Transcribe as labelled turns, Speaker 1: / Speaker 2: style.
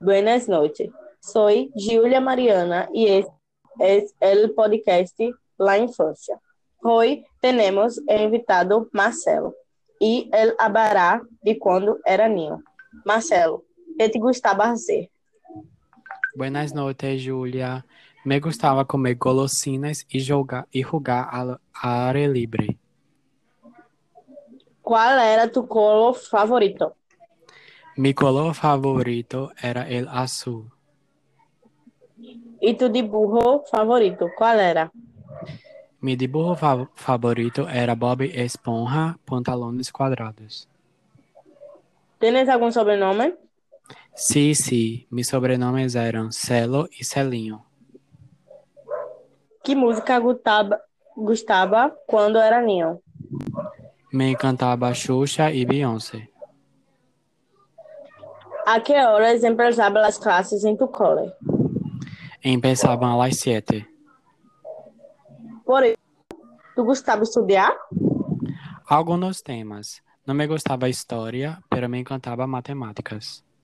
Speaker 1: Buenas noches. Soy Giulia Mariana y este es el podcast La Infancia. Hoy tenemos el invitado Marcelo y él hablará de cuando era niño. Marcelo, ¿qué te gustaba hacer?
Speaker 2: Buenas noches, Julia. Me gustava comer golosinas e jogar e jogar ao ar livre.
Speaker 1: ¿Cuál era tu color favorito?
Speaker 2: Mi color favorito era el azul.
Speaker 1: ¿Y tu dibujo favorito? ¿Cuál era?
Speaker 2: Mi dibujo fa- favorito era Bob Esponja, pantalones quadrados.
Speaker 1: ¿Tienes algún sobrenombre?
Speaker 2: Sim, sim, meus sobrenomes eram Celo e Celinho.
Speaker 1: Que música gustaba, gustaba cuando era niño?
Speaker 2: Me encantava Xuxa e Beyoncé.
Speaker 1: ¿A qué horas empezaban las clases en tu cole?
Speaker 2: Empezavam às sete.
Speaker 1: Por isso, tu gostava de estudar?
Speaker 2: Alguns temas. Não me gostava história, pero me encantava matemáticas.